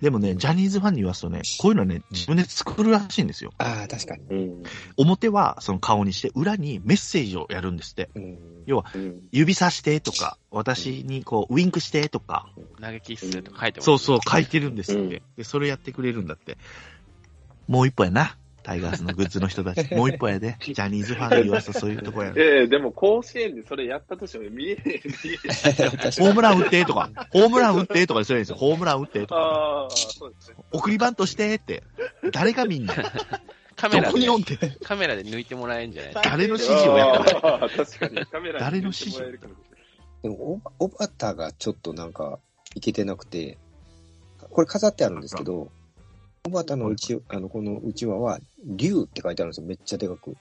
でもね、ジャニーズファンに言わすとね、こういうのはね、自分で作るらしいんですよ。ああ、確かに。 うん。表はその顔にして、裏にメッセージをやるんですって。うん。要は、うん。指さしてとか、私にこう、ウィンクしてとか、嘆きするとか書いてますそうそう、書いてるんですって、うんで、それやってくれるんだって。もう一歩やな。タイガースのグッズの人たち。もう一歩やで。ジャニーズファンに言わすとそういうとこやな。ええでも甲子園でそれやったとしても見えねえ、見えねえ。ホームラン打ってとか、ホームラン打ってとかにするんですよ。ホームラン打ってとか、ああ、そうですね。送りバントしてって。誰がみんな、どカメラこにで、読んで。カメラで抜いてもらえんじゃないですか。誰の指示をやったああ確かに。カメラに誰の指示見てもらえるからでも、おば、おばたがちょっとなんか、いけてなくて、これ飾ってあるんですけど、おばたのうち、あの、このうちわは、竜って書いてあるんですよ。めっちゃでかく。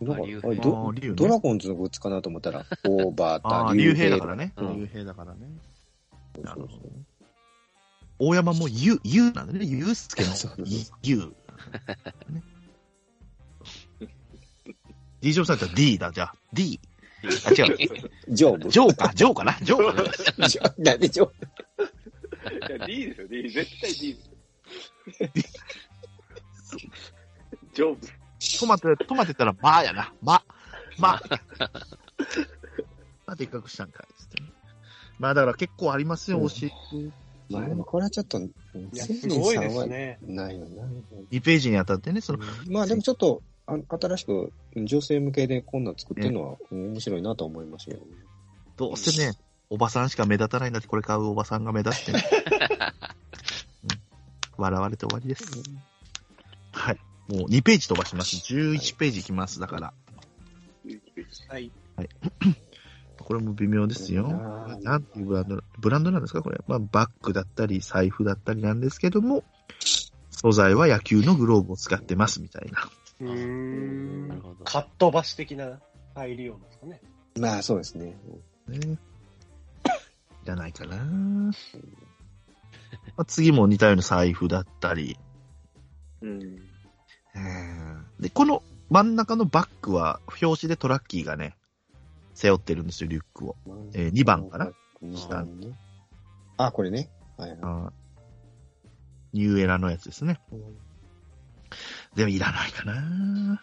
なんか、竜あれあどー竜ねドラゴンズのグッズかなと思ったら、おばあた、あ、竜兵だからね。うん竜兵だからね。なるそうほどね。大山もゆ、ゆなんだね。ゆうすけの そうそうゆゆう。ね。D ジョーさんじゃ D だ、じゃあ。D。あ、違う。ジョーブ。ジョーか、ジョーかな。ジョーかな。ジョー。なんでジョ ーいや、D ですよ、D。絶対 D ですよ。ジョブズ。トマト、トマトやったら、まあやな。ま。ま。まあ、でっかくしたんかい。つってねまあ、だから結構ありますよ、うん推し。まあでもこれはちょっと、いや、千す人ごいさでんすはね。ないよな。 2ページにあたってね、その、まあでもちょっと、あの新しく女性向けでこんなん作ってるのはうん面白いなと思いましたよ。どうせね、おばさんしか目立たないんだって、これ買うおばさんが目立ってね。うん笑われて終わりです。はい。もう2ページ飛ばします。11ページいきます。だから。はい。これも微妙ですよ。うんなんていうブランド、ブランドなんですかこれ。まあ、バッグだったり、財布だったりなんですけども、素材は野球のグローブを使ってます、みたいな。うーなるん。ほど。カットバシ的な再利用なんですかね。まあそうですね。ね。じゃないかな。まあ、次も似たような財布だったり、うん。で、この真ん中のバッグは、表紙でトラッキーがね、背負ってるんですよ、リュックを。えー2番かな2番ね。あ、これね。はいはい。あーニューエラのやつですね。でもいらないかな。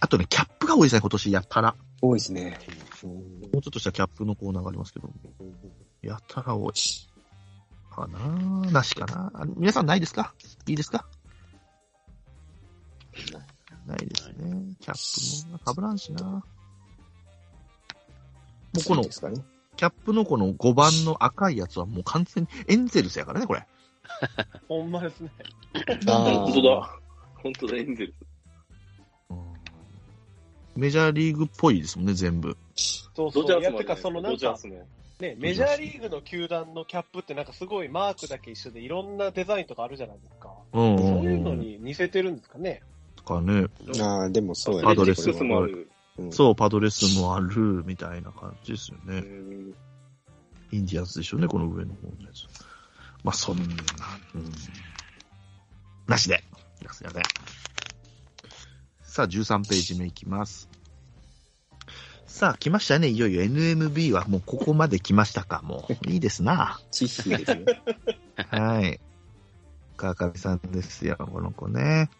あとね、キャップが多いですね、今年、やたら。多いですね。もうちょっとしたらキャップのコーナーがありますけど、やたら多い。かななしかなあ皆さんないですかいいですかないですね。キャップもな、被らんしな。もうこいのいですかね。キャップのこの5番の赤いやつはもう完全にエンゼルスやからね、これ。ほんまですね。あ本当だ。本当だ、エンゼルス。メジャーリーグっぽいですもんね、全部。そうドジャそう。いースや、もてか、そのなドんジャーか、スも。ね、メジャーリーグの球団のキャップってなんかすごいマークだけ一緒でいろんなデザインとかあるじゃないですか。うんそんんういうのに似せてるんですかね。とかね。ーあー、でもそうやアドレスアレックスもある。う。そう、パドレスもある、みたいな感じですようね。イんンディアンスでしょうね、この上の方のやつ。まあ、そんな、うん。なしで。すいません。さあ、13ページ目いきます。さあ、来ましたね。いよいよ NMB はもうここまで来ましたか。もう、いいですな。チッヒーで すね。はい。川上さんですよ、この子ね。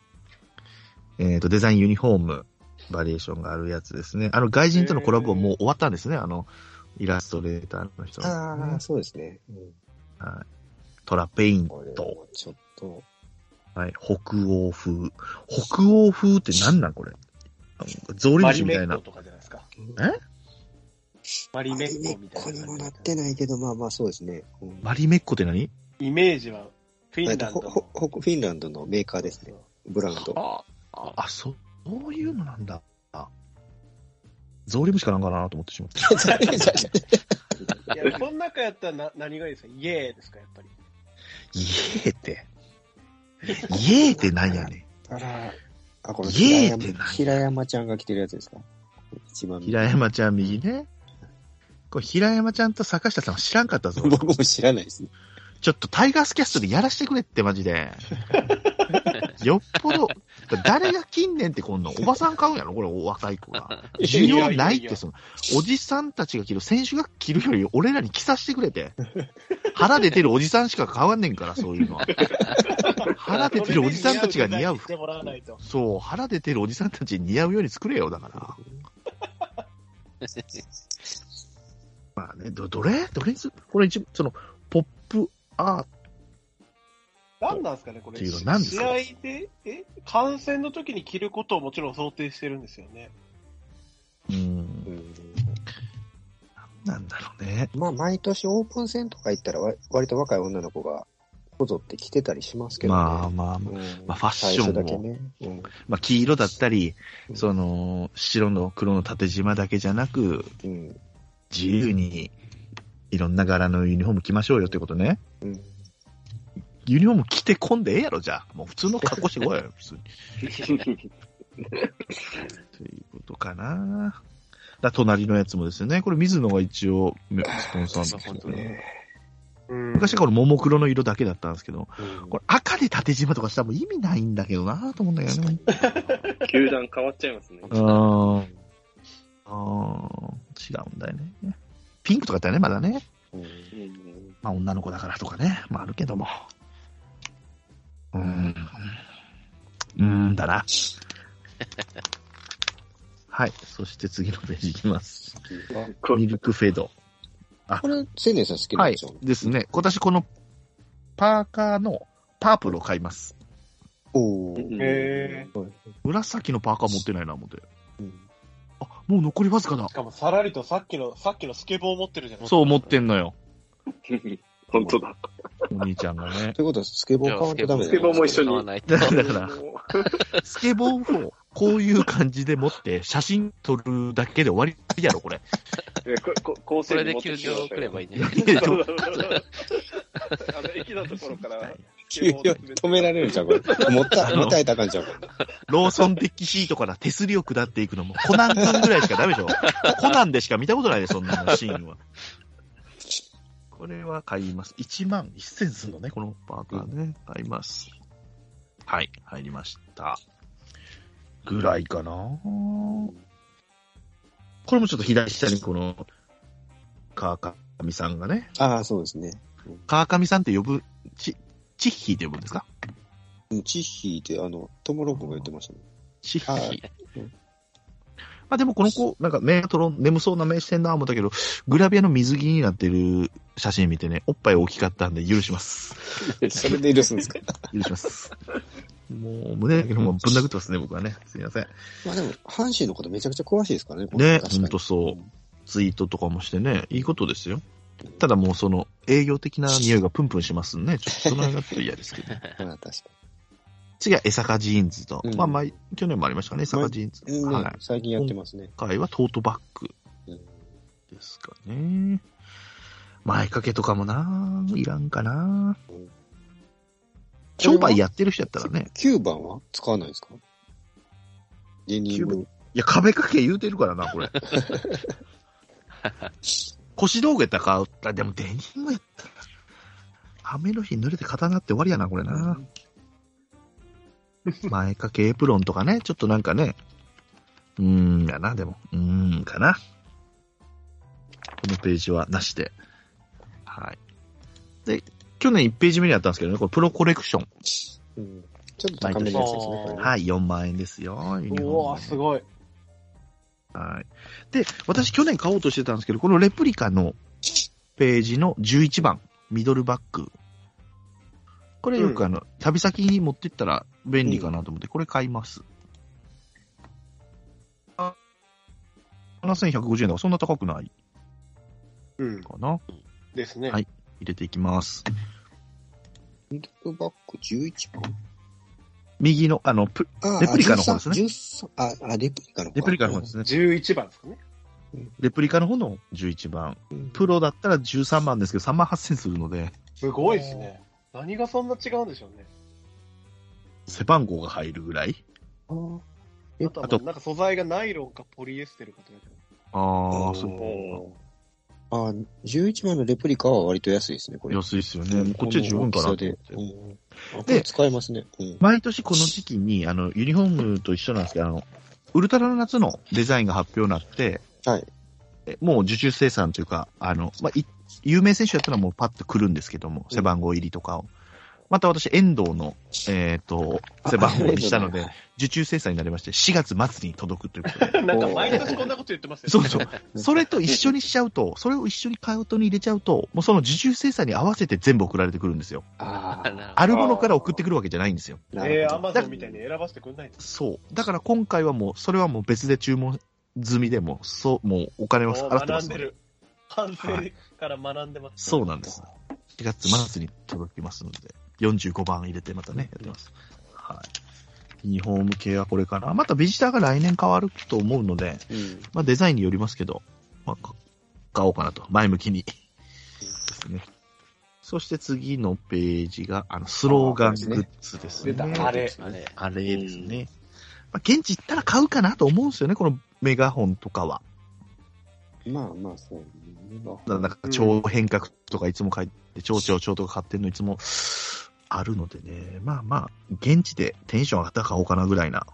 えっ、と、デザインユニフォーム、バリエーションがあるやつですね。あの、外人とのコラボはもう終わったんですね。あの、イラストレーターの人、ね。ああ、そうですね。うんはい。トラペインこれト。もちょっと。はい。北欧風。北欧風って何なんこれ。ゾウリムマシリみメたいッなコ。とかじゃないですか。えマリメ根ッっコみたいこなにも感なっじてないけど、まあまあそうですね。うんマリメッコって何イメージは、フィえっンとランドほの。ほほフィンランドのメーカーですね。ブランド。あああ、そう、そういうのなんだ。あゾウリムシかなんかなと思ってしまった。いや、その中やったらな何がいいですかイエーですか、やっぱり。イエーって。イエーって何やねん。あら、あ、これイエ平ーって山何平山ちゃんが着てるやつですか一番。平山ちゃん右ね。これ平山ちゃんと坂下さんは知らんかったぞ。 僕も知らないですね。ちょっとタイガースキャストでやらしてくれって、マジ で。よっぽど、誰が近年ってこんなおばさん買うんやろこれ、お若い子が。需要ないって、その、おじさんたちが着る、選手が着るより、俺らに着させてくれて。腹出てるおじさんしか買わんねんから、そういうのは。腹出てるおじさんたちが似合うそれで似合うデザインにしてもらわないと。そう、腹出てるおじさんたちに似合うように作れよ、だから。 まあね、ど、どれどれにすこれ一、その、ポップアー何なんですかね、こっれ。ていうのは何です試か合で、え観戦の時に着ることをもちろん想定してるんですよね。ト。うんう。んなんだろうね。まあ、毎年オープン戦とか行ったらわ、割と若い女の子が、こぞって着てたりしますけどね。まあまあまあ、うんまあファッションも最初だけね。うんまあ、黄色だったり、うんその、白の黒の縦縞だけじゃなく、うん。自由に、いろんな柄のユニフォーム着ましょうよってことね。うん。ユニフォーム着てこんでええやろ、じゃあ。もう普通の格好してこい よ、普通に。ということかな。だ隣のやつもですよね。これ、水野が一応、めスポンサーなんですけどね。昔はこれ、桃黒の色だけだったんですけど、これ、赤で縦縞とかしたらもう意味ないんだけどなと思うんだけどね。球団変わっちゃいますね。ああ、違うんだよね。ピンクとかだよね、まだね。うんうんまあ女の子だからとかね。まああるけども。うーん。うーんだ な。はい。そして次のページいきます。こミルクフェード。これ、青年さん好きなはんでいしょ、。ですね。今年このパーカーのパープルを買います。おーうんへー紫のパーカー持ってないな、思って。うんあ、もう残りわずかだし。かもさらりとさっきの、さっきのスケボーを持ってるじゃないですか。そう思ってんのよ。本当だ。お兄ちゃんがね。ということは、スケボー買わんとダメスだケボよー。も一緒に買わないとだから、 スケボーをこういう感じで持って写真撮るだけで終わりやろ、これ。えここ構そ成れにで持って球きてくださ場い来ればいいね。 そうそうそうあの駅のところから、急に止められるじゃ ん、これ。もった、もったいたかんじゃん、これ。ローソンデッキシートから手すりを下っていくのも、コナン君ぐらいしかダメでしょ。コナンでしか見たことないで、そんなのシーンは。これは買います。1万1000するのね、このパーカーね。買います。はい、入りました。ぐらいかなこれもちょっと左下にこの、川上さんがね、ああ、そうですね。川上さんって呼ぶ、ち、チッヒーって呼ぶんですかうんチッヒーって、あの、トモロー君が言ってましたね。チッはヒいー。まあでもこの子、なんか目がとろん、眠そうな目してんな思ったけど、グラビアの水着になってる写真見てね、おっぱい大きかったんで許します。それで許すんですか。許し ます。もう胸だけのもうぶん殴ってますね、僕はね。すいません。 まあでも、阪神のことめちゃくちゃ詳しいですからね、この人ね、確かほにんとそう。ツイートとかもしてね、いいことですよ。ただもうその営業的な匂いがプンプンします んでね、ちょっとその辺がちょっと嫌ですけど。まあ確か次は江坂ジーンズと、うんまあ前、去年もありましたかね、江坂ジーンズ。に。うん、はねい。最近やってますね。今回はトートバッグ。うんですかね。前掛けとかもな、いらんかな。商売やってる人やったらね。 9番は使わないですかデニム。いや、壁掛け言うてるからな、これ。腰道具やったら買うあでもデニムやったら、雨の日濡れて刀って終わりやな、これな。前掛けエプロンとかね、ちょっとなんかね、うーんやな、でも、うーんかな。このページはなしで。はい。で、去年1ページ目にあったんですけどね、これプロコレクション。うん。ちょっと高めのやつですね。これねはい、4万円ですよ。ユニフォームおおすごい。はい。で、私去年買おうとしてたんですけど、このレプリカのページの11番、ミドルバッグ。これよくあの、旅先に持ってったら便利かなと思って、これ買います。あ7150円だからそんな高くないうん。かな。ですね。はい入れていきます。ミドルバック11番右の、あの、プああレプリカの方ですね13 13あ、あ、レプリカの方。レプリカの方ですね。 11番ですかね。レプリカの方の11番。うん。プロだったら13万ですけど、3万8000するので、すごいですね。何がそんな違うんでしょうね。背番号が入るぐらい。あーあとはあともうなんか素材がナイロンかポリエステルかとか。ああ、そう。おあ、11万のレプリカは割と安いですね、これ。安いですようね。んもうこっちで十分かなとこ思の大っきてさで。うんあこでれ使えますね。うん毎年この時期に、あの、ユニフォームと一緒なんですけど、あの、ウルトラの夏のデザインが発表になって、はい。えもう受注生産というか、あの、まあ、い有名選手やったらもうパッと来るんですけども、背番号入りとかを。また私、遠藤の、えっ、と、背番号にしたので、受注生産になりまして、4月末に届くということ で。 なんか毎年こんなこと言ってますよ、ね。そうそう。それと一緒にしちゃうと、それを一緒にカウントに入れちゃうと、もうその受注生産に合わせて全部送られてくるんですよ。あなるほどあるものから送ってくるわけじゃないんですよ。あ、なえるー、アほマゾンみたいに選ばせてくんないんですそう。だから今回はもう、それはもう別で注文済みでもう、そう、もうお金はもう払ってま学すんで。る。反省から学んでます。そうなんです。4月末に届きますので、45番入れてまたね、やってます。はい。ユニフォーム系はこれかな。またビジターが来年変わると思うので、ど。うんまあデザインによりますけど、まあ、か買おうかなと。前向きに。ですね。そして次のページが、あの、スローガングッズですね。出たあれあれ。あれですね。まあ、現地行ったら買うかなと思うんですよね、このメガホンとかは。まあまあ、そうね。なんか超変革とかいつも書いて、超超超とか買ってるのいつもあるのでね、まあまあ、現地でテンション上がったら買おうかなぐらいな、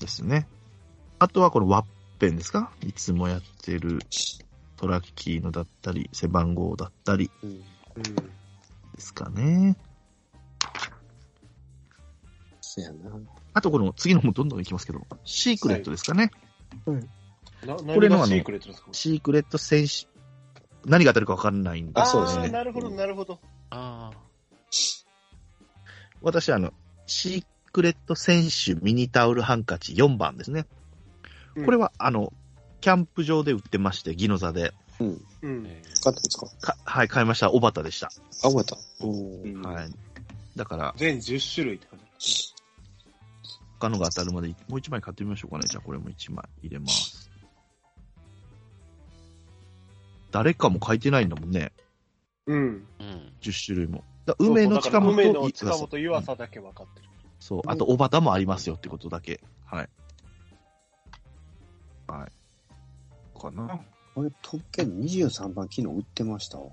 ですね。あとはこのワッペンですかいつもやってるトラッキーのだったり、背番号だったりうんですかね。そやな。あとこの次のもどんどんいきますけど、シークレットですかね。なこれ何のあのがシークレットですかシークレット選手、何が当たるか分かんないんであそうですねーなるほど、なるほど。ああ。私はあの、シークレット選手ミニタオルハンカチ4番ですね。うんこれはあの、キャンプ場で売ってまして、ギノザで。うん。うん。使ったんですかかはい、買いました。小畑でした。あ、終わった。うん。はい。だから、全10種類って感じ。他のが当たるまで、もう1枚買ってみましょうかね。じゃあこれも1枚入れます。誰かも書いてないんだもんね。うん。うん。 10種類も。だ梅の近本梅の岩近佐本、湯浅だけ分かってる。そう。あと、おばたもありますよってことだけ。はい。はい。かな。これ、特権23番、昨日売ってましたわ。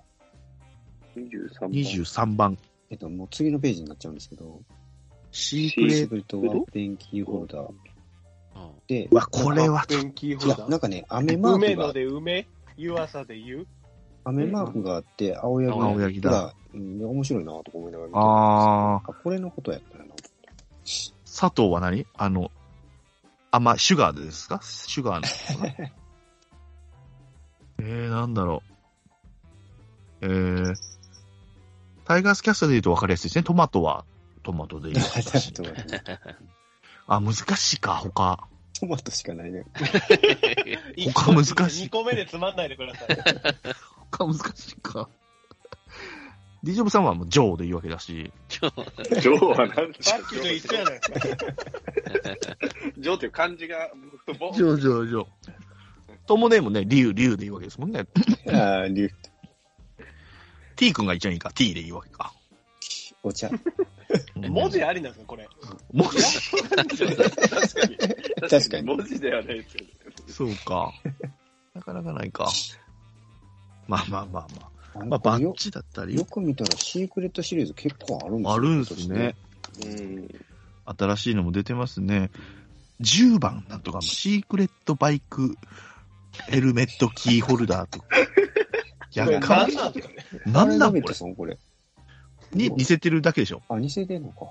23番。 23番。えっと、もう次のページになっちゃうんですけど、シシークレットワッペンキーホルダーうんで、うわ、これは、ペンキーいホルやダ、なー。んかね、雨マー梅クがの、で梅、湯浅で湯。雨マークがあって、青柳青柳だが、うん、面白いなと思いながら見てたんですけどあー、あこれのことやったらな。佐藤は何あの、あんま、シュガーですかシュガー の。えー、なんだろう。えー、タイガースキャストで言うと分かりやすいですね。トマトは、トマトでいいしトマトねあ、難しいか、他。トマトしかないね。他難しい2個目でつまんないでください。 他難しいか。ディジョブさんはもう、ジョーでいいわけだし。ジョーは何さっきの一緒やないですか。ジョーっていう漢字が、僕とボョー、ジョー、ジョー。ともねもね、リュウ、リュウでいいわけですもんね。ああ、リュウ T 君が一番いいか、T でいいわけか。お茶。文字ありなんですか、 これ。文字確かに。確かに文字ではないですよね。そうか。なかなかないか。まあまあまあまああ。まあ、バッよチだったりよ、く見たらシークレットシリーズ結構あるんですよあるんすね。。うん。新しいのも出てますね。10番なんとかも、シークレットバイクヘルメットキーホルダーと か。こやれっか何なんですかね。り、ななんんななんこんこれロベッれト。ソンこれ。に似せてるだけでしょ。あ、似せてんのか。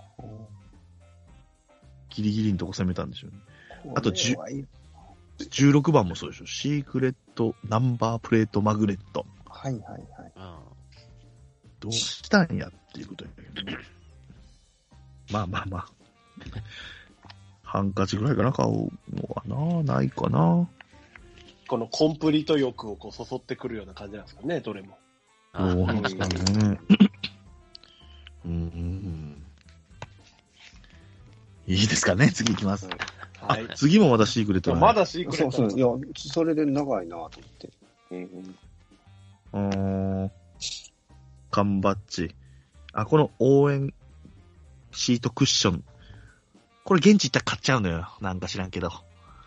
ギリギリのとこ攻めたんでしょうね。あとじゅこれはいい16番もそうでしょ。シークレットナンバープレートマグネット。はいはいはい。うんどうしたんやっていうことやけど。まあまあまあ。ハンカチぐらいかな、買うのはな、ないかな。このコンプリート欲をこうそそってくるような感じなんですかね、どれも。どうなんですかね。うんうんうん。いいですかね、次行きます。はい。次もまたシークレットまだシークレそッうトそなんう。でいや、それで長いなと思って。うん。うーん。缶バッジ。あ、この応援シートクッション。これ現地行ったら買っちゃうのよ。なんか知らんけど。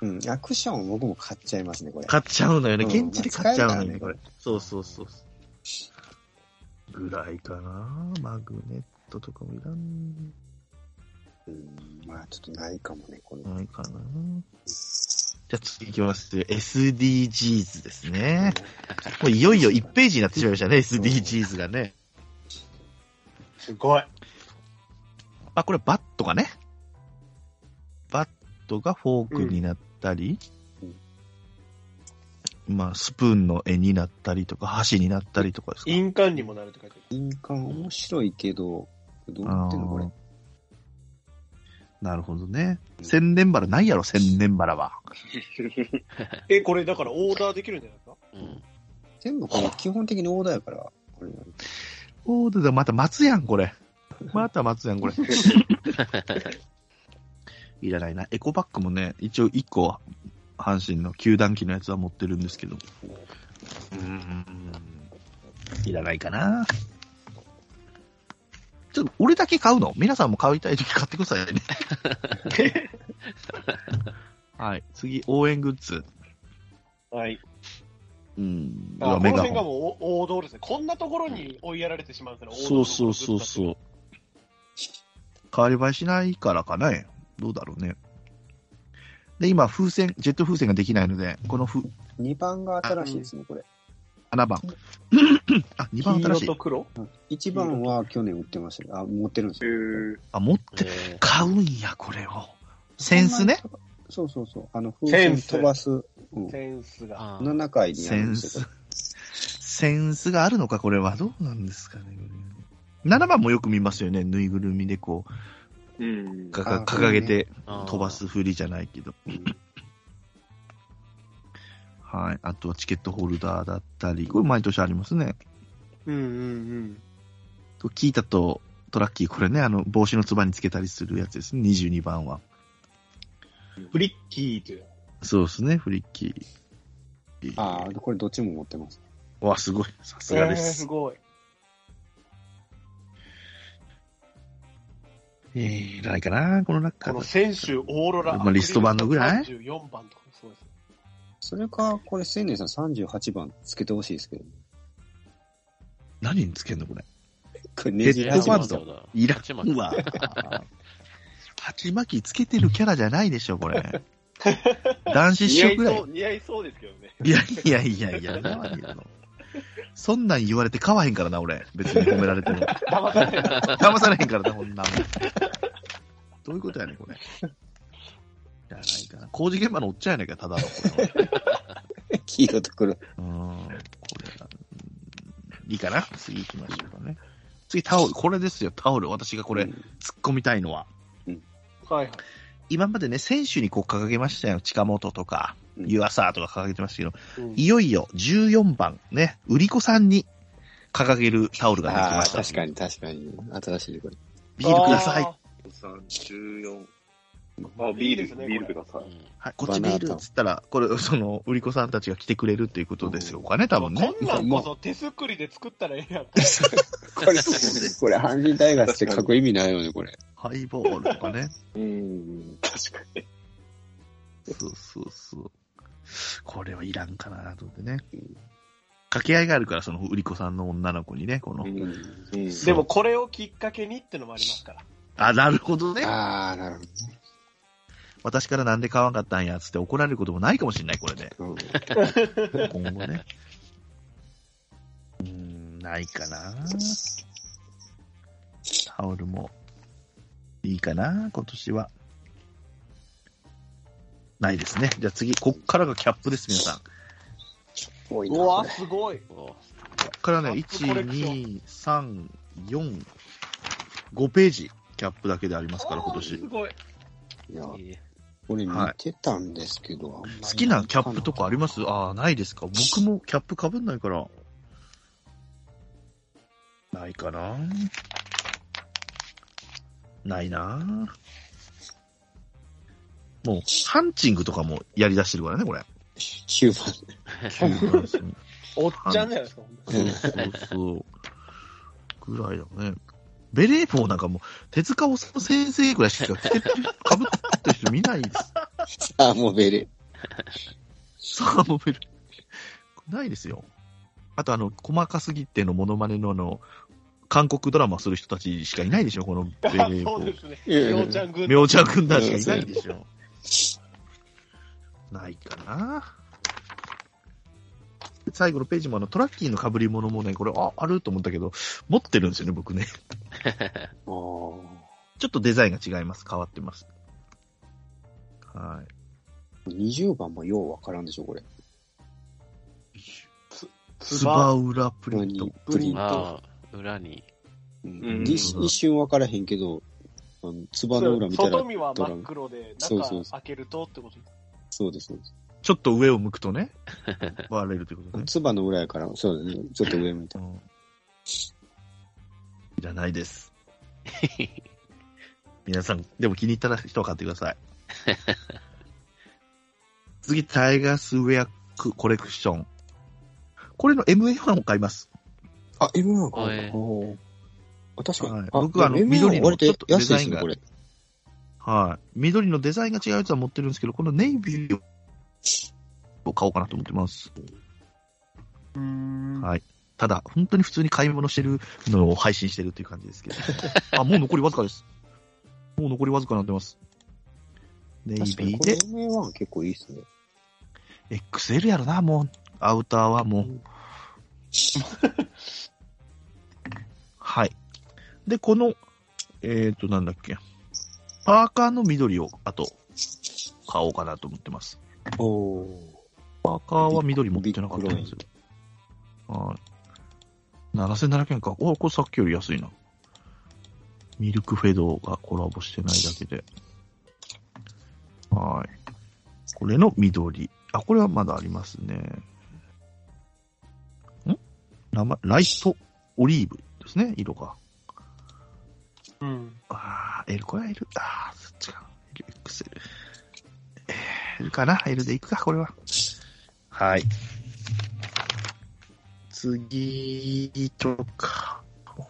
うん。アクション僕も買っちゃいますね、これ。買っちゃうのよね。うん現地で買っちゃうのよまね、あこれ。そうそうそうそう。ぐらいかな。マグネットとかもいらんうん。まあ、ちょっとないかもね、これ。ないかな。じゃあ次行きます。SDGs ですね。もういよいよ1ページになってしまいましたね、SDGs がね。すごい。あ、これバットがね。バットがフォークになったり、まあ、スプーンの絵になったりとか、箸になったりとかですか。印鑑にもなるって書いて印鑑面白いけど、どうなってんの、これあー。なるほどね。千年バラないやろ、千年バラは。ある。え、これだからオーダーできるんじゃないですかうん。全部これ基本的にオーダーやから、これおー、だまた待つやん、こ れ。また待つやん、こ れ。いらないな。エコバッグもね、一応1個、阪神の球団機のやつは持ってるんですけど。うーん。いらないかな。ちょっと、俺だけ買うの皆さんも買いたいとき買ってくださ いね。はい。次、応援グッズ。はい。うん。あこのメガ辺ホンが。もうお王道ですね。こんなところに追いやられてしまうんですね。そうそうそうう。そう。変わり映えしないからかね。どうだろうね。で、今、風船、ジェット風船ができないので、このふ2番が新しいですね、これ。 7番。 あ、2番新黄色しいと。黒1番は去年売ってましたけど、あ、持ってるんですえよ。ーあ、持っえて、ー買うんや、これを。センスね。そうそうそう。あの、風船飛ばす。うん。センスが。あー7回にやセるんンですスよ。。センスがあるのか、これは。どうなんですかね。7番もよく見ますよね。ぬいぐるみでこうんう、。かかあ掲げてあー飛ばすふりじゃないけど。はい。あとはチケットホルダーだったり、これ毎年ありますね。うんうんとキータとトラッキー、これね、あの、帽子のつばにつけたりするやつですね。22番は。うん。フリッキーという。そうですね、フリッキー。ああ、これどっちも持ってます。わ、すごい。さすがでえーすす。ごい。えー、いらないかな、この中こかのら。選手オーロラ。まあリストバンドぐらい ?34 番とかそうです。それか、これ、千年さん38番つけてほしいですけど。何につけんの、これ。これヘねじッれド始バまンっドた。いら八ん幡わ。鉢巻きつけてるキャラじゃないでしょ、こ れ。男子師似合匠ぐいらいそう、。似合いそうですけどね。いやいやいやいや、なわけやろそんなん言われて買わへんからな、俺。別に褒められても。騙されない。騙されへんからな、こんなん。どういうことやねん、これ。じゃないかな。工事現場のおっちゃんやねんか、ただの、これは。黄色と黒。うん、これはうんいいかな次行きましょうかね。次、タオル。これですよ、タオル。私がこれ、う突っん込みたいのは。はいはい。今までね、選手にこう掲げましたよ。近本とか、うん湯浅とか掲げてましたけど、うんいよいよ14番ね、売り子さんに掲げるタオルができあまあ、した。確かに確かに。新しいこれ。ビールください。あ三十四。あ、ビいいですーねル、ビールこれください。はい、こっちビールっつったら、これ、その、売り子さんたちが来てくれるっていうことですよかね、ー多分ね。こんなんこそ手作りで作ったらええやん。これ、これ、阪神タイガースって書く意味ないよね、これ。ハイボールとかね。 うん。確かに。そうそうそう。これはいらんかな、と思ってね。掛け合いがあるから、その、売り子さんの女の子にね、この。うんうんでもこれをきっかけにってのもありますから。あ、なるほどね。ああ、なるほどね私からなんで買わんかったんや、つって怒られることもないかもしれない、これで。うん。今後ね。うーん、ないかな。タオルもいいかな、今年は。ないですね。じゃあ次、こっからがキャップです、皆さん。こ多いうな。わこ、すごい。こっからね、キャップコレ1、クショ2、3、4、5ページ、キャップだけでありますから、今おーす年。ごい。れいやういいこれ見てたんですけど、あんまり好きなキャップとかありますああ、ないですか。僕もキャップかぶんないから。ないかなないなもう、ハンチングとかもやり出してるからね、これ。 9番。 おっちゃんじゃないですか。そうそうそう。ぐらいだね。ベレー帽なんかもう、手塚治虫先生ぐらいしか着てる、かぶってる人見ないです。ああ、もうベレ。サーモベル。これないですよ。あと、あの、細かすぎてのモノマネのあの、韓国ドラマする人たちしかいないでしょ、このベレー そう帽で。すね。いやいやいやみょうちゃん軍明ちゃん軍団しかいないでしょ。ないかな。最後のページもあのトラッキーの被り物もね、これ、あ、あると思ったけど、持ってるんですよね、僕ね。ちょっとデザインが違います。変わってます。は20番もようわからんでしょ、これ。い。つつばば裏プリント。何プリント。ああ、裏に。うんうんで一瞬わからへんけど、あのつばの裏見たら外、見は真っ黒で、そうそう中そう開けるとってことそうです、そうです。ちょっと上を向くとね、割れるということね。つばの裏やから、そうだね、ちょっと上見たうんいらないです。皆さん、でも気に入ったら人は買ってください。 次、タイガースウェアクコレクション。これの MA1 を買います。あ、M1 かはいおーあ、確かはいに。あ僕はあのでも M1 緑の割とちょっと安いでデザイすンね、がこれ。はい。緑のデザインが違うやつは持ってるんですけど、このネイビーを買おうかなと思ってます。うん。ただ、本当に普通に買い物してるのを配信してるっていう感じですけ ど。あ、もう残りわずかです。もう残りわずかになってます。ネイ確かビに。ーこでれ、M1 結構いいですね。 XL やろな、もう。アウターはもう。はい。で、この、えっ、ー、と、なんだっけ。パーカーの緑を、あと、買おうかなと思ってます。おお。パーカーは緑持ってなかったんですよ。はい。7700円か。おこれさっきより安いな。ミルクフェドがコラボしてないだけで。はい。これの緑。あ、これはまだありますね。ん名前、ライトオリーブですね、色が。うん。ああ、L、これは L。ああ、そっちか。LXL。えー L かな ?L でいくか、これは。はい。次とか。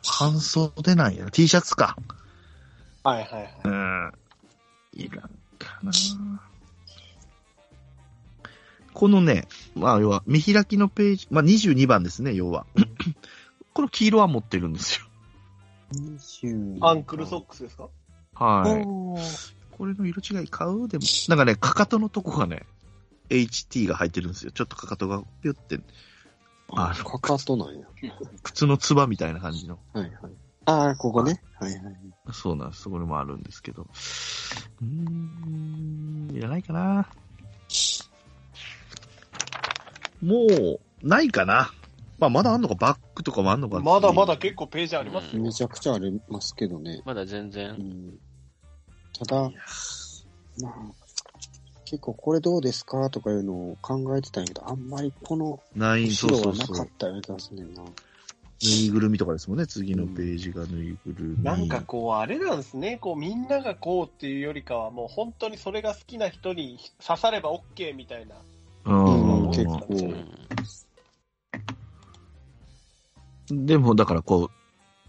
感想出ないや。T シャツか。はいはいはい。うん。いらんかな。このね、まあ要は、見開きのページ、まあ22番ですね、要は。 この黄色は持ってるんですよ。アンクルソックスですかはい。おーこれの色違い買うでも、なんかね、かかとのとこがね、HT が入ってるんですよ。ちょっとかかとがぴゅって、ああ、かかとなんや。靴のつばみたいな感じの。はいはい。ああ、ここね。はいはい。そうなんです。これもあるんですけど。うーん、いらないかな。もう、ないかな。まあ、まだあんのか、バッグとかもあんのか。まだまだ結構ページありますよめ。ちゃくちゃありますけどね。まだ全然う。ん、ただ、まあ、結構これどうですかとかいうのを考えてたんやけど、あんまりこのない、そ後うそろはうなそかうっ。たような気がするねんな。ぬいぐるみとかですもんね。次のページがぬいぐるみ。なんかこう、あれなんですね。こう、みんながこうっていうよりかは、もう本当にそれが好きな人に刺されば OK みたいな。うん、うん結構ううんん。でも、だからこう、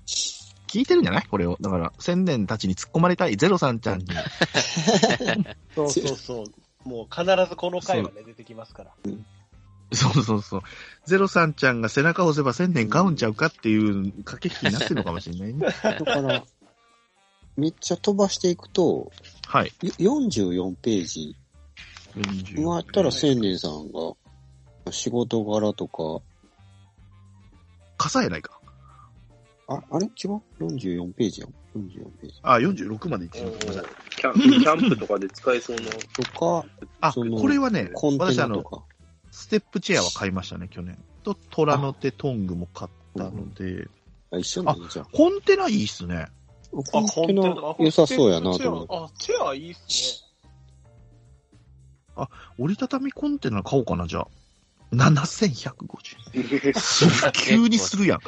聞いてるんじゃないこれを。だから、千年たちに突っ込まれたい、ゼロさんちゃんに。そうそうそう。もう必ずこの回はね、出てきますから。 そうそうそう。ゼロさんちゃんが背中を押せば千年買うんちゃうかっていう駆け引きになってるのかもしれないね。だから、めっちゃ飛ばしていくと、 はい。よ44ページ。 40まあ、ったら千年さんが、仕事柄とか、傘やないか。あ、あれ違う ?44 ページやん。44ページ。あ、46まで行ってしまったごめんなさい。キャンキャンプとかで使えそうな。とか、あ、そのこれはね、コンテ私あナとの、か。ステップチェアは買いましたね、去年。と、虎の手、トングも買ったので、あ、一緒なんやじゃん。コンテナいいっすね。コンテナ良さそうやなと思って。思って。あ、チェアいいっす折りたたみコンテナ買おうかな、じゃあ。7150円。急にするやん。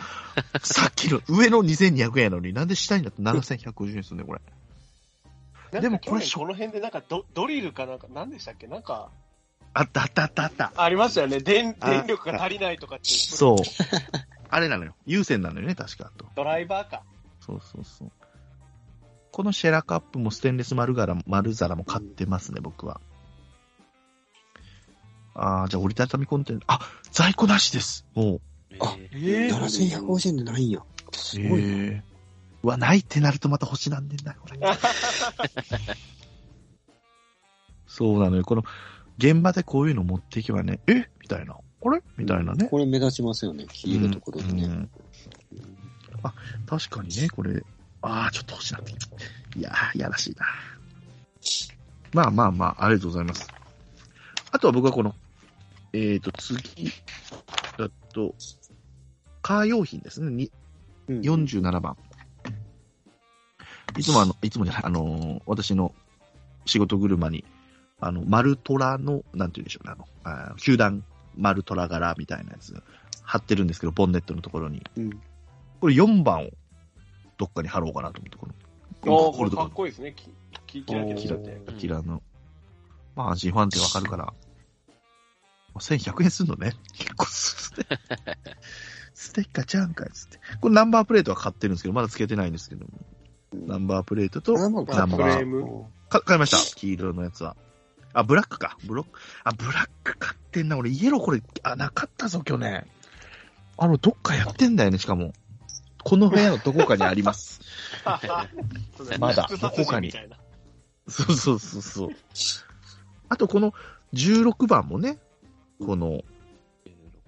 さっきの上の2200円やのに、なんで下になって7150円すんねん、これ。ね。ででももここれれ、去年この辺でなんかドドリルかなんか、なんでしたっけなんか、あったあったあったあった。ありましたよね。電あ電力が足りないとかっていう。そう。 あれなのよ。優先なのよね、確か。とドライバーか。そうそうそう。このシェラカップもステンレス丸柄丸皿も買ってますね、僕は。ああ、じゃあ折りたたみコンテンツ。あ、在庫なしです。もう。あえーえー、 7150円でないんや。すごえいな。えうわ、ないってなるとまた星なんでんな、これ。 そうなのよ。この、現場でこういうの持っていけばね、えみたいな。あれみたいなね。これ目立ちますよね、消えるところでうね。んあ、確かにね、これ。ああ、ちょっと欲しなってきた。いやー、いやらしいな。まあまあまあ、ありがとうございます。あとは僕はこの、えっ、ー、と、次、だと、カー用品ですね。にうん47番。いつもあの、いつもじゃないあのー私の仕事車に、あの、マルトラの、なんて言うんでしょうね、あの、あー球団マルトラ柄みたいなやつ貼ってるんですけど、ボンネットのところに。うんこれ4番をどっかに貼ろうかなと思って、この。おこーこれれとかかっこいいですね。ききキラキラしてて。うんキラの。まあ、G ファンってわかるから。まあ1100円すんのね。 結構するね。 ステッカーちゃうんかいっつって。これナンバープレートは買ってるんですけど、まだつけてないんですけども。ナンバープレートと、ナンバーまあ、ナンフバーレーム。か買いました。黄色のやつは。あ、ブラックか。ブロック。あ、ブラック買ってんな。俺、イエローこれ、あ、なかったぞ、去年。あの、どっかやってんだよね、しかも。この部屋のどこかにあります。まだ複雑人みたいな。そうそうそうそう。あと、この16番もね、この、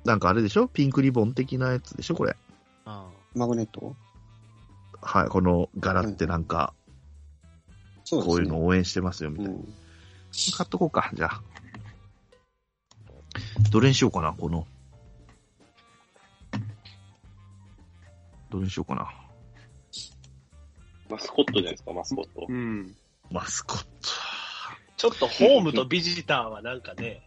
なんかあれでしょピンクリボン的なやつでしょこれ。あマグネットはい、この柄ってなんか、そうですこね。ういうの応援してますよ、みたいな。うん買っとこうか、じゃあ。どれにしようかな、この。どれにしようかな。マスコットじゃないですか、マスコット。うん。マスコット。ちょっとホームとビジターはなんかね、う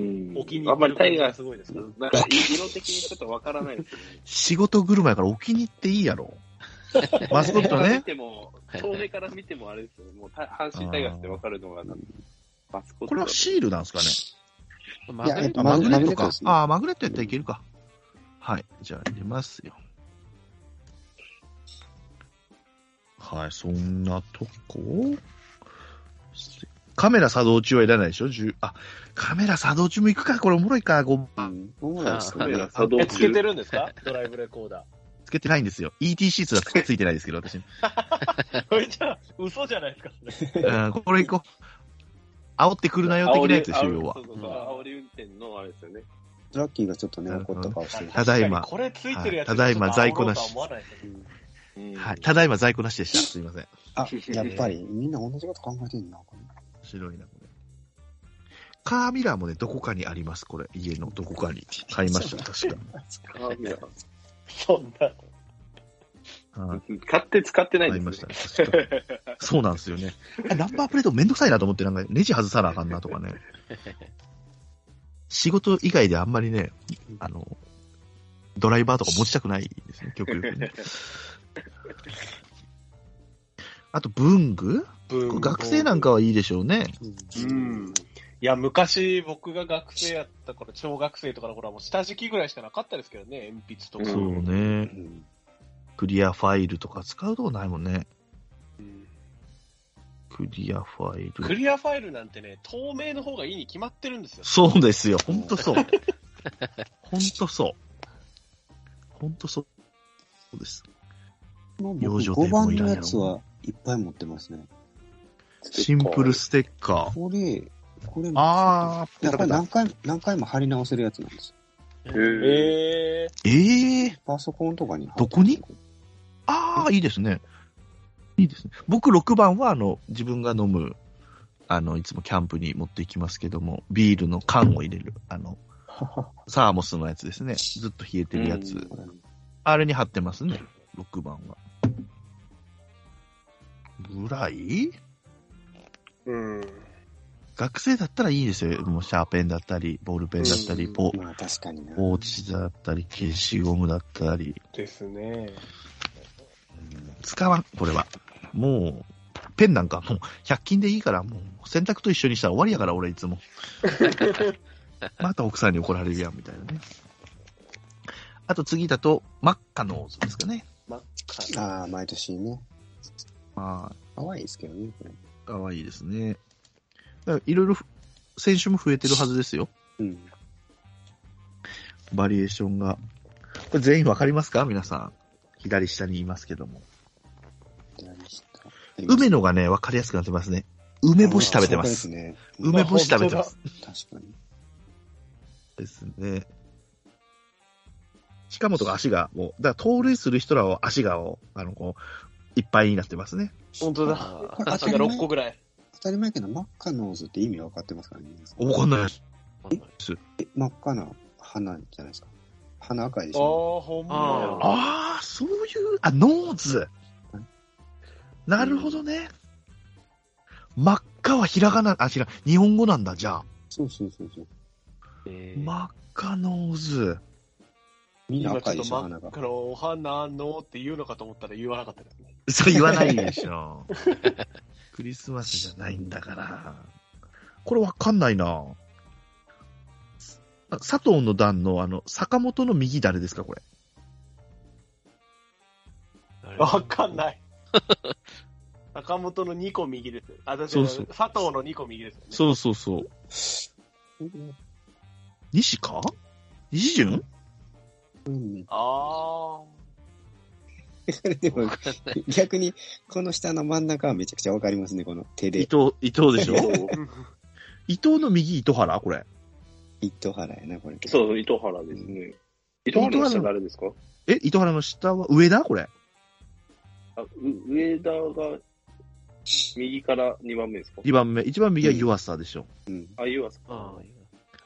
んお気にあんま入りタイりの感じガーがス、すごいですから。なんか色的にちょっとわからないですけ仕事車やからお気に入っていいやろ。マスコッど、トね、見ね。ても、遠目から見てもあれですよね、もうた阪神タイガースってわかるのが、マスコこットれだはと。シールなんですかね。ーマグネやッっあマグネットぱマグネットトかです。ねああ、マグネットやったらいけるか。はい。じゃあ、入れますよ。はい、そんなとこカメラ作動中はいらないでしょ ?10、あ、カメラ作動中も行くか。これおもろいか。5う番。ん。そうなんですカかメね。ラ作動え、つけて中。るんですかドライブレコーダつけてないんですよ。ETC すらついてないですけど、 私。 ー。これじゃあ、嘘じゃないですか、それうん、これ行こう。煽ってくるなよ的なやつでしょ、要はそう。そうそう、煽り運転のあれですよね。ラッキーがちょっとね、怒った顔して る。ただいま確かにこれついてるやつ、はいただいま在庫なしちょっと煽ろうとは思わないですよねうんはい。ただいま在庫なしでした。すいません。あ、やっぱり、みんな同じこと考えてんな。これ白いな、これ。カーミラーもね、どこかにあります、これ。家のどこかに。買いました、確鏡だそんな。か。はい買って使ってない買んでいすましたね、確 かそうなんですよね。あナンバープレートめんどくさいなと思って、なんか、ネジ外さなあかんなとかね。仕事以外であんまりね、あの、ドライバーとか持ちたくないですね、極力 ね。あと、文具これ学生なんかはいいでしょうね。うん。いや、昔僕が学生やった頃、小学生とかの頃はもう下敷きぐらいしかなかったですけどね、鉛筆とか。そううんねう。んクリアファイルとか使うとこないもんね。クリアファイクル。リアファイルなんてね、透明の方がいいに決まってるんですよ。そうですよ。ほんとそう。 ほんとそう。ほんとそう。そうです。もう養僕生テー5プも番いらんのややろつはいっぱい持ってますね。シンプルステッカー。これ、これ、あー、ペやタペっぱりタ。何回も、何回も貼り直せるやつなんですよ。へーえええー、パソコンとかに貼ってどこにあー、いいですね。いいですね。僕6番は、あの、自分が飲む、あの、いつもキャンプに持っていきますけども、ビールの缶を入れる、あの、サーモスのやつですね。ずっと冷えてるやつ。うんあれに貼ってますね、6番は。ぐらいうん。学生だったらいいですよ。もうシャーペンだったり、ボールペンだったり、うんポまあ確かにな。ポーチだったり、消しゴムだったり。ですね。使わん、これは。もう、ペンなんかもう、100均でいいから、もう、洗濯と一緒にしたら終わりやから、俺いつ も。また奥さんに怒られるやん、みたいなね。あと次だと、マッカノーズですかね。ああ、毎年ね。まあ、可愛いですけどね、これ。可愛いですね。だからいろいろふ、選手も増えてるはずですよ。うん。バリエーションが。これ全員わかりますか皆さん。左下にいますけども。何した梅野がね、わかりやすくなってますね。梅干し食べてます。そうですね。梅干し食べてます。確かに。ですね。近本が足が、もう、だから盗塁する人らを足が、あの、こう、いっぱいになってますね。本当だ。あこれ当足たりが6個前ぐらい。当たり前やけど、真っ赤ノーズって意味分かってますからね。わかんないです。ーえ真っ赤な花じゃないですか。花赤いでしあょ。あ、ほあんまや。ああ、そういう、あ、ノーズ。なるほどね。真っ赤はひらがな、あ、ひら、日本語なんだ、じゃあ。そうそうそうそう。えー真っ赤ノーズ。みんな今ち赤ょっいとでしょ、真花っが。赤のお花のって言うのかと思ったら言わなかったですね。そう言わないでし ょ。クリスマスじゃないんだから。これわかんないな。あ佐藤の段の、あの、坂本の右誰ですか、これ。誰わかんない。坂本の2個右です。あ、だってそうそう佐藤の2個右ですよね。そうそうそう。西か西純うん あそれでも逆に、この下の真ん中はめちゃくちゃ分かりますね、この手伊で。藤、伊藤でしょそうあ。伊藤の右糸原これ。糸原やな、これ。そう、糸原ですね。糸原の人誰ですかえ、糸原の下は上田これ。あ、う上田が右から2番目ですか2番目。一番右は湯浅でしょ。うん。あ、湯浅。あー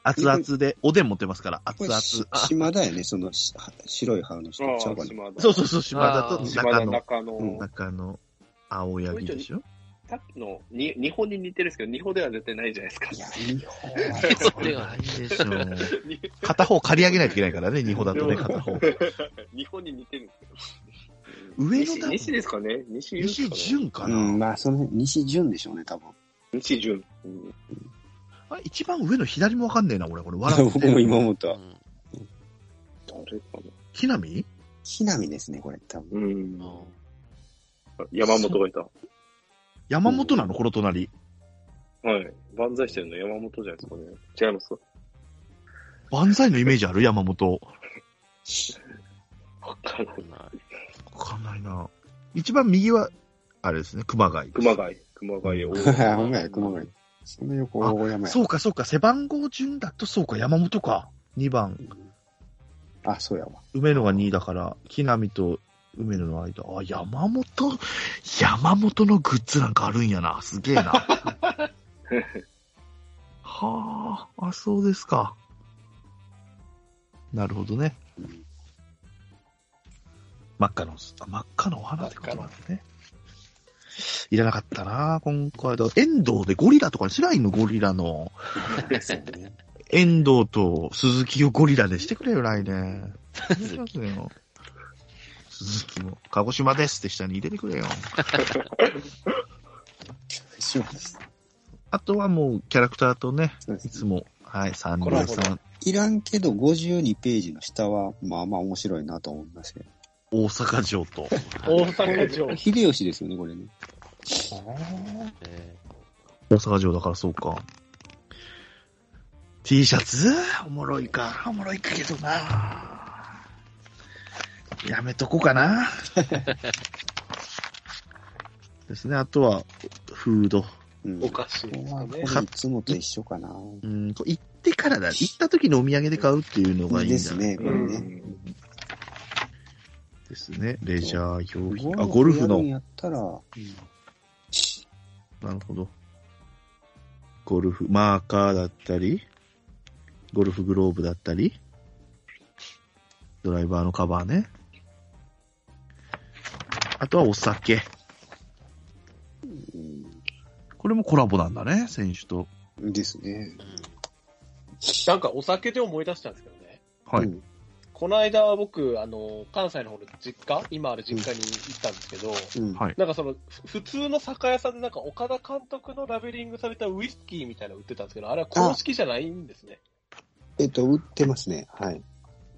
熱々で、おでん持ってますから、熱こ々れ、。しあ島田やね、そのし白い歯の人ああ、ちゃうか島ね。田。そうそうそう、島田とあー島田中野。中野。うん中野、青柳でしょさっきのに日本に似てるんですけど、日本では絶対ないじゃないですか い。や、日本は それはないでしょう。片方借り上げないといけないからね、日本だとね、片方。日本に似てるんですけど。上の段西西ですかね西優西ですかね純かうな、ん、まあ、その辺、西純でしょうね、多分。西純。うんあ一番上の左もわかんねえな、俺。これ、笑って僕もる。今思ったうわ。ん誰かな木南木南ですね、これ、多分。うんあ。ー山本がいた。山本なの、この隣。はい。万歳してるの山本じゃないですかね。違いますか万歳のイメージある山本。わからない。わかんないな。一番右は、あれですね、熊谷。熊谷。熊谷 を。ほんまや、熊谷。その横、大山や。そうか、そうか、背番号順だと、そうか、山本か。2番。あ、そうやわ。梅野が2位だから、木浪と梅野の間。あ、山本、山本のグッズなんかあるんやな。すげえな。 はあ、あ、そうですか。なるほどね。真っ赤の、あ真っ赤のお花ってことなんですね。いらなかったな、今回だ。遠藤でゴリラとかにしないの、ゴリラの。そうね。遠藤と鈴木をゴリラでしてくれよ、来年。どうしますよ鈴木も、鹿児島ですって下に入れてくれよ。そうです。あとはもうキャラクターとね、そうでいつす。も、はい、三郎コラさん、いらんけど、52ページの下は、まあまあ面白いなと思いますよ。大阪城と。大阪城。秀吉ですよね、これね。え大阪城だからそうか。T シャツおもろいか。おもろいけどな。やめとこうかな。ですね。あとは、フード。うん。おこかしいでれすはよこれ。ねいつもと一緒かな。うん、こう行ってからだ。行った時のお土産で買うっていうのがいいんだ。です。ね、これうね。ん。ですね。レジャー用品。あ、ゴルフやのるん。やったら、なるほど。ゴルフ、マーカーだったり、ゴルフグローブだったり、ドライバーのカバーね。あとはお酒。うこれもコラボなんだね、選手と。ん、ですね。なんかお酒で思い出したんですけどね。はい。うんこの間僕、あの、関西の方の実家、今ある実家に行ったんですけど、うん。はいなんかその、ふ普通の酒屋さんでなんか岡田監督のラベリングされたウイスキーみたいなの売ってたんですけど、あれは公式じゃないんですね。えっと、売ってますね。はい。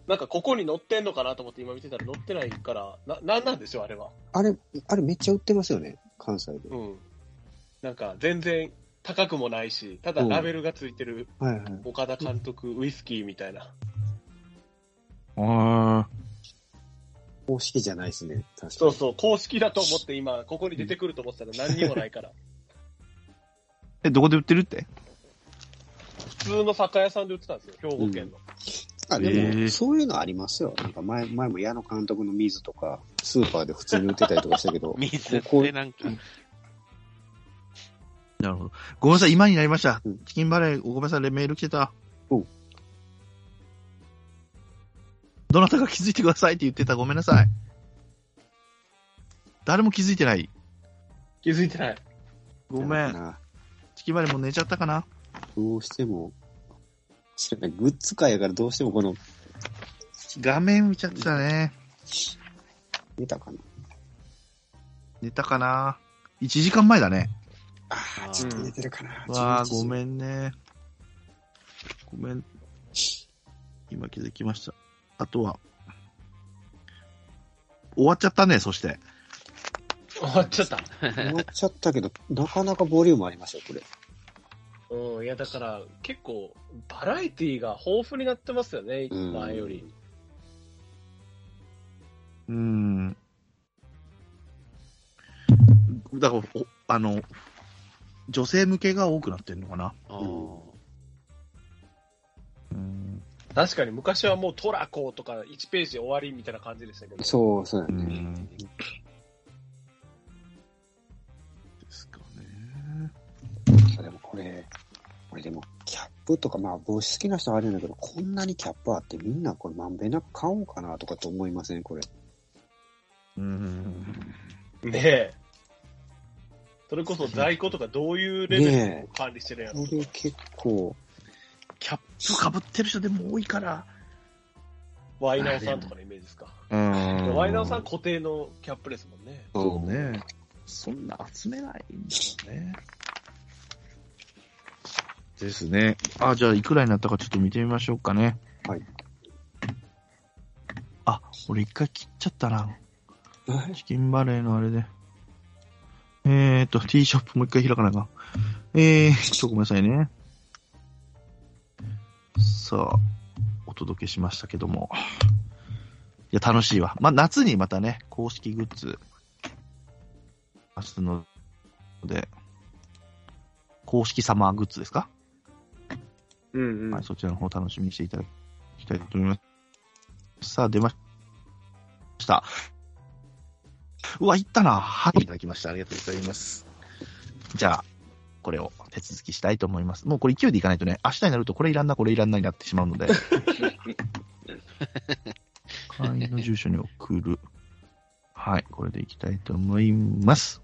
なんかここに載ってんのかなと思って今見てたら載ってないから、な、なんなんでしょう、あれは。あれ、あれめっちゃ売ってますよね、関西で。うん。なんか全然高くもないし、ただラベルがついてるはいはい。岡田監督ウイスキーみたいな。あ公式じゃないですね。確かに。そうそう、公式だと思って今、ここに出てくると思ってたら何にもない から。え、どこで売ってるって普通の酒屋さんで売ってたんですよ、兵庫県の。あ、でも、えーそういうのありますよ。なんか前、前も矢野監督の水とか、スーパーで普通に売ってたりとかしたけど、水ってなんか、なるほど。ごめんなさい、今になりましたうん。チキンバレー、ごめんなさい、メール来てた。おどなたか気づいてくださいって言ってた。ごめんなさい。誰も気づいてない。気づいてない。ごめん。な。チキンバレーもう寝ちゃったかなどうしても、そうねグッズ界やからどうしてもこの、画面見ちゃってたね。出たかな。寝たかな ?1 時間前だね。あああ、ーちょっと出てるかな。わあ、 11時ごめんね。ごめん。今気づきました。あとは、終わっちゃったね、そして。終わっちゃった。終わっちゃったけど、なかなかボリュームありましたよ、これ。うん、いやだから結構バラエティーが豊富になってますよね、うん前より。うーん。だから、おあの、女性向けが多くなってんのかな。あーうん。確かに昔はもうトラコとか1ページ終わりみたいな感じでしたけど。そう、そうやうね。ん。ですかね。あでもこれ、これでも、キャップとか、まあ、帽子好きな人はあるんだけど、こんなにキャップあって、みんなこれまんべんなく買おうかなとかって思いません、これ。うん。ねえ。それこそ在庫とかどういうレベルで管理してるんやろ、これ結構、キャップかぶってる人でも多いから。ワイナオさんとかのイメージですか。うんワイナオさん固定のキャップですもんね。そうね。そんな集めないんだよね。ですね。あ、じゃあいくらになったかちょっと見てみましょうかね。はい。あ、俺一回切っちゃったな。うん。チキンバレーのあれで。えーと、T ショップもう一回開かないか。えー、ちょっとごめんなさいね。さあ、お届けしましたけども。いや、楽しいわ。まあ、夏にまたね、公式グッズ、出すので、公式サマーグッズですか、うんはい、そちらの方楽しみにしていただきたいと思います。さあ、出ました。うわ、いったな。はい、いただきました。ありがとうございます。じゃあ、これを手続きしたいと思います。もうこれ勢いでいかないとね、明日になるとこれいらんな、これいらんなになってしまうので。会員の住所に送る。はい、これでいきたいと思います。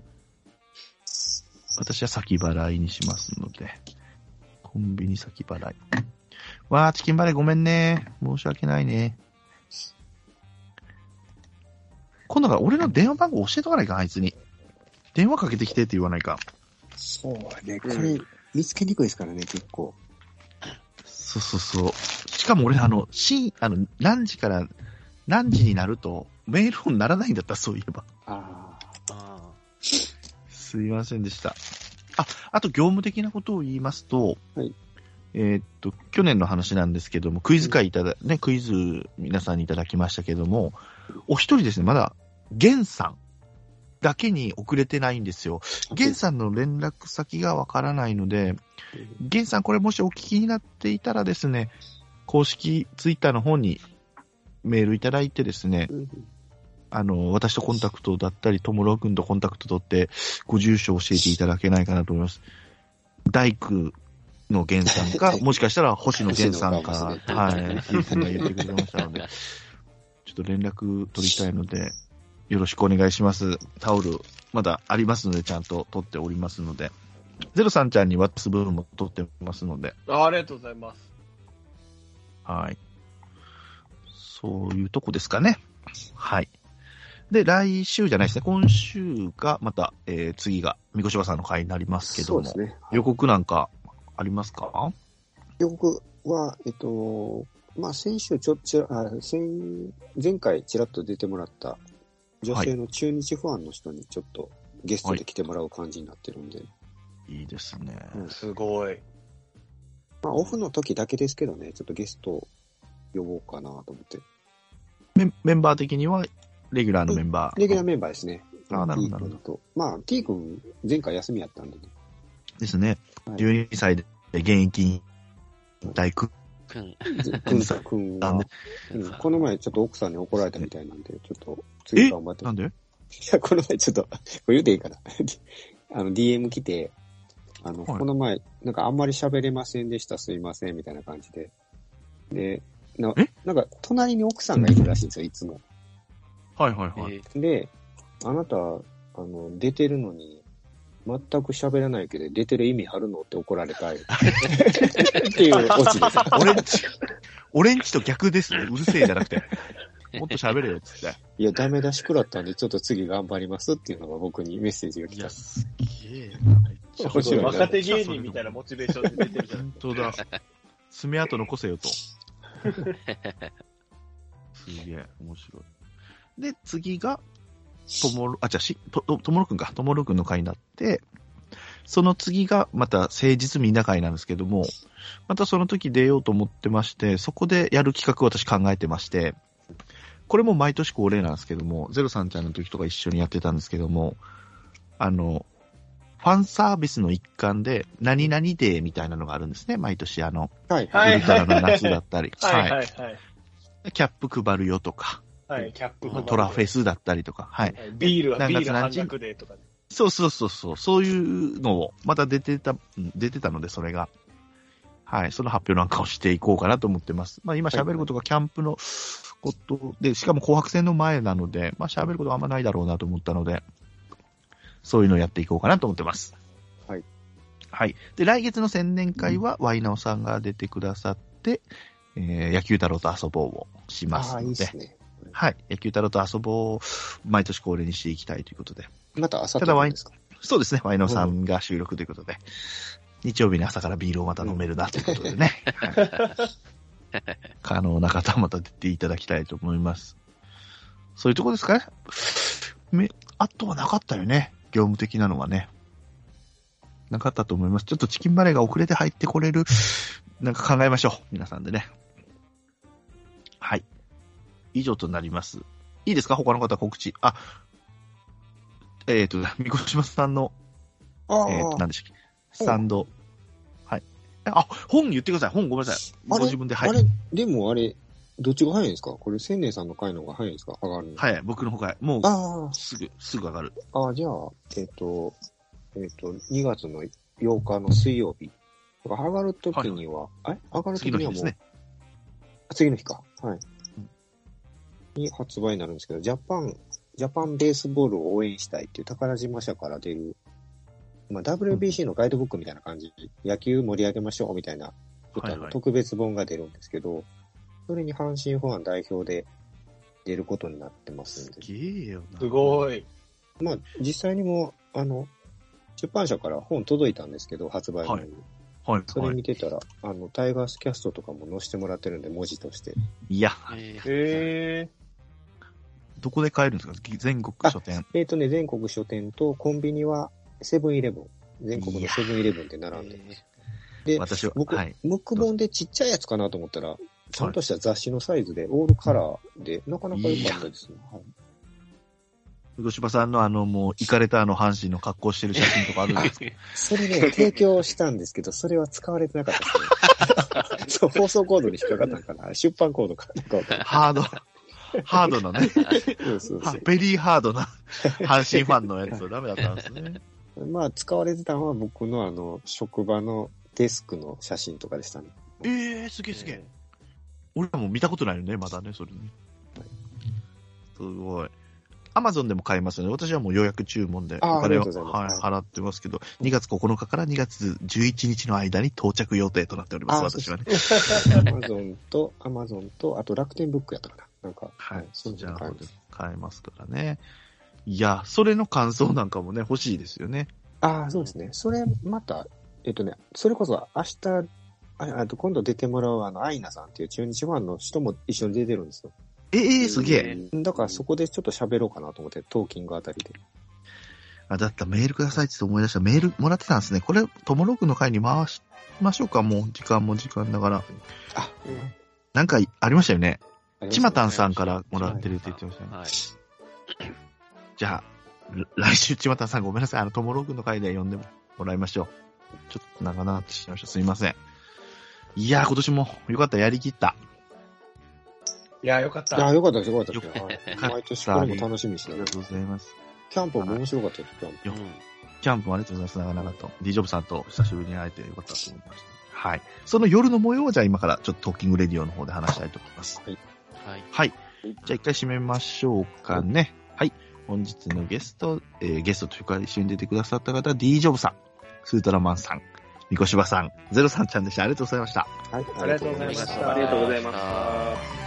私は先払いにしますので。コンビニ先払い。わー、チキンバレーごめんね。申し訳ないね。今度から俺の電話番号教えとかないか、あいつに。電話かけてきてって言わないか。そうね、これ、見つけにくいですからね、結構。そうそうそう。しかも俺、あの、深、あの、何時から何時になるとメールにならないんだった、そういえば。ああ。あすいませんでした。あ、あと業務的なことを言いますと、はいえーっと、去年の話なんですけども、クイズ会いただ、ね、クイズ皆さんにいただきましたけども、お一人ですね、まだ、ゲンさんだけに遅れてないんですよ。ゲンさんの連絡先がわからないので、ゲンさんこれもしお聞きになっていたらですね、公式ツイッターの方にメールいただいてですね、うんあの、私とコンタクトだったり、友郎君とコンタクト取って、ご住所を教えていただけないかなと思います。大工の源さんか、もしかしたら星野源さんか、星野かはい、いうふうに言ってくれました ので、ちょっと連絡取りたいので、よろしくお願いします。タオル、まだありますので、ちゃんと取っておりますので、ゼロさんちゃんにワッツブームも取ってますので、あ。ありがとうございます。はい。そういうとこですかね。はい。で、来週じゃないですね。今週が、また、えー、次が、三越柴さんの回になりますけどそも、うですね。予告なんかありますか予告は、えっと、まあ、先週ちょっちら、あ先前回ちらっと出てもらった女性の中日ファンの人にちょっとゲストで来てもらう感じになってるんで、いいですね。すごい。まあ、オフの時だけですけどね、ちょっとゲスト呼ぼうかなと思って。メンメンバー的には、レギュラーのメンバー。レギュラーメンバーですね。あーなるほど T 君と。まあ、T 君、前回休みやったんで ね。ですね。はい12歳で現役引退くくん。くんくんなんはで、うんこの前ちょっと奥さんに怒られたみたいなんで、ちょっと、次え頑張って。いなんでや、この前ちょっと、これ言うていいかな。 あの、DM 来て、あの、はいこの前、なんかあんまり喋れませんでした、すいません、みたいな感じで。で、なえなんか、隣に奥さんがいるらしいんですよ、いつも。はいはいはい。えーで、あなた、あの、出てるのに、全く喋らないけど、出てる意味あるのって怒られたい。っていうオチです。 俺んち、俺んちと逆ですね。うるせえじゃなくて。もっと喋れよ、つって。いや、ダメ出し食らったんで、ちょっと次頑張りますっていうのが僕にメッセージが来た。すげえな。めっちゃ面白いね若手芸人みたいなモチベーションで出てるじゃん。本当だ。爪痕残せよ と。すげえ、面白い。で、次が、ともろ、あ、じゃあし、と、とともろくんか。ともろくんの会になって、その次が、また、誠実みんな会なんですけども、またその時出ようと思ってまして、そこでやる企画を私考えてまして、これも毎年恒例なんですけども、ゼロさんちゃんの時とか一緒にやってたんですけども、あの、ファンサービスの一環で、何々デーみたいなのがあるんですね、毎年。あの、はい。ウはいルトラの夏だったり、は いははいはい。いキャップ配るよとか、はい、キャップトラフェス。スだったりとか、はい。はいビールは何ビ月ール半何額でとかね。そうそうそうそう、そういうのを、また出てた、うん出てたので、それが。はい、その発表なんかをしていこうかなと思ってます。まあ今喋ることがキャンプのことで、しかも紅白戦の前なので、まあ喋ることはあんまないだろうなと思ったので、そういうのをやっていこうかなと思ってます。はい。はい。で、来月の宣伝会はワイナオさんが出てくださって、えー野球太郎と遊ぼうをしますああ、いいのでで、すね。はい。野球太郎と遊ぼうを毎年恒例にしていきたいということで。また朝ただワインですかそうですね。ワイノさんが収録ということで、日曜日の朝からビールをまた飲めるなということで ね。はい可能な方はまた出ていただきたいと思います。そういうとこですかね。めあとはなかったよね。業務的なのはね。なかったと思います。ちょっとチキンバレーが遅れて入ってこれる、なんか考えましょう。皆さんでね。はい。以上となります。いいですか他の方告知。あ、えっ、と、三越さんのあえっ、と、あ、何でしたっけスタンド。はい。あ、本言ってください。本ごめんなさい。あごれ自分で。はいあ。れ、でもあれ、どっちが早いんですかこれ、千年さんの回の方が早いんですか上がるの。い。はい。僕の方から。もう、あすぐ、すぐ上がる。あ、ああ、じゃあ、えっ、と、えっ、と、2月の8日の水曜日。だから上がるときには、え上がると次きのに日はでもすうね。次の日か。はい。うんに発売になるんですけど、ジャパン、ジャパンベースボールを応援したいっていう宝島社から出る、まあ、WBC のガイドブックみたいな感じ、野球盛り上げましょうみたいな、はいはい特別本が出るんですけど、それに阪神ファン代表で出ることになってますんで、げえよなすい。ごい。まあ、実際にも、あの、出版社から本届いたんですけど、発売前に。はい、それはい。見てたら、あの、タイガースキャストとかも載せてもらってるんで、文字として。いや、えーへえ。どこで買えるんですか全国書店。えっ、とね、全国書店とコンビニはセブンイレブン。全国のセブンイレブンで並んでる。で私は、僕、はい。ムック本でちっちゃいやつかなと思ったら、ちゃんとした雑誌のサイズで、オールカラーで、なかなか良かったですね。はい三越さんのあの、もう、行かれたあの、阪神の格好してる写真とかあるん ですけどそれ ね、提供したんですけど、それは使われてなかったです ね。そう、放送コードに引っかかったのかな出版コードかなんかわかんない。ハード、ハードなね、 そうそうはそうベリーハードな、阪神ファンのやつはダメだったんですね。まあ、使われてたのは僕のあの、職場のデスクの写真とか でしたね。ええー、すげえすげえ。俺らも見たことないよね、まだね、それね。すごい。アマゾンでも買えますよね。私はもう予約注文で、あーお金をありがとうございますはい払ってますけど、2月9日から2月11日の間に到着予定となっております、あー私はね。アマゾンと、アマゾンと、あと楽天ブックやったかな。なんか、はい。そうじゃあ、感じで買えますからね。いや、それの感想なんかもね、欲しいですよね。ああ、そうですね。それ、また、えっとね、それこそ明日、ああと今度出てもらうあの、アイナさんっていう中日ファンの人も一緒に出てるんですよ。ええすげえ。だからそこでちょっと喋ろうかなと思って、トーキングあたりで。あ、だったらメールくださいって思い出した。メールもらってたんですね。これ、トモロークの会に回しましょうか、もう。時間も時間だから。あ、なんかありましたよね。ありますちまたんさんからもらってるって言ってましたね。はい。じゃあ、ら来週、ちまたんさんごめんなさい。あの、ともろくんの回で呼んでもらいましょう。ちょっと長々ってしまいました。すいません。いやー、今年もよかった。やりきった。いや、よかった。いや、よかったです、よかったですよかはい。毎年これも楽しみにしてありるが。とうございます。キャンプも面白かったです、キャンプ。ようんキャンプもありがとうございます。長々と。D ジョブさんと久しぶりに会えてよかったと思いました。はい。その夜の模様をじゃあ今からちょっとトーキングレディオの方で話したいと思います。はい。はい。じゃあ一回締めましょうかね。はい。本日のゲスト、えーゲストというか一緒に出てくださった方、D ジョブさん、スートラマンさん、みこしばさん、ゼロさんちゃんでした。ありがとうございました。はい、ありがとうございましたありがとうございました。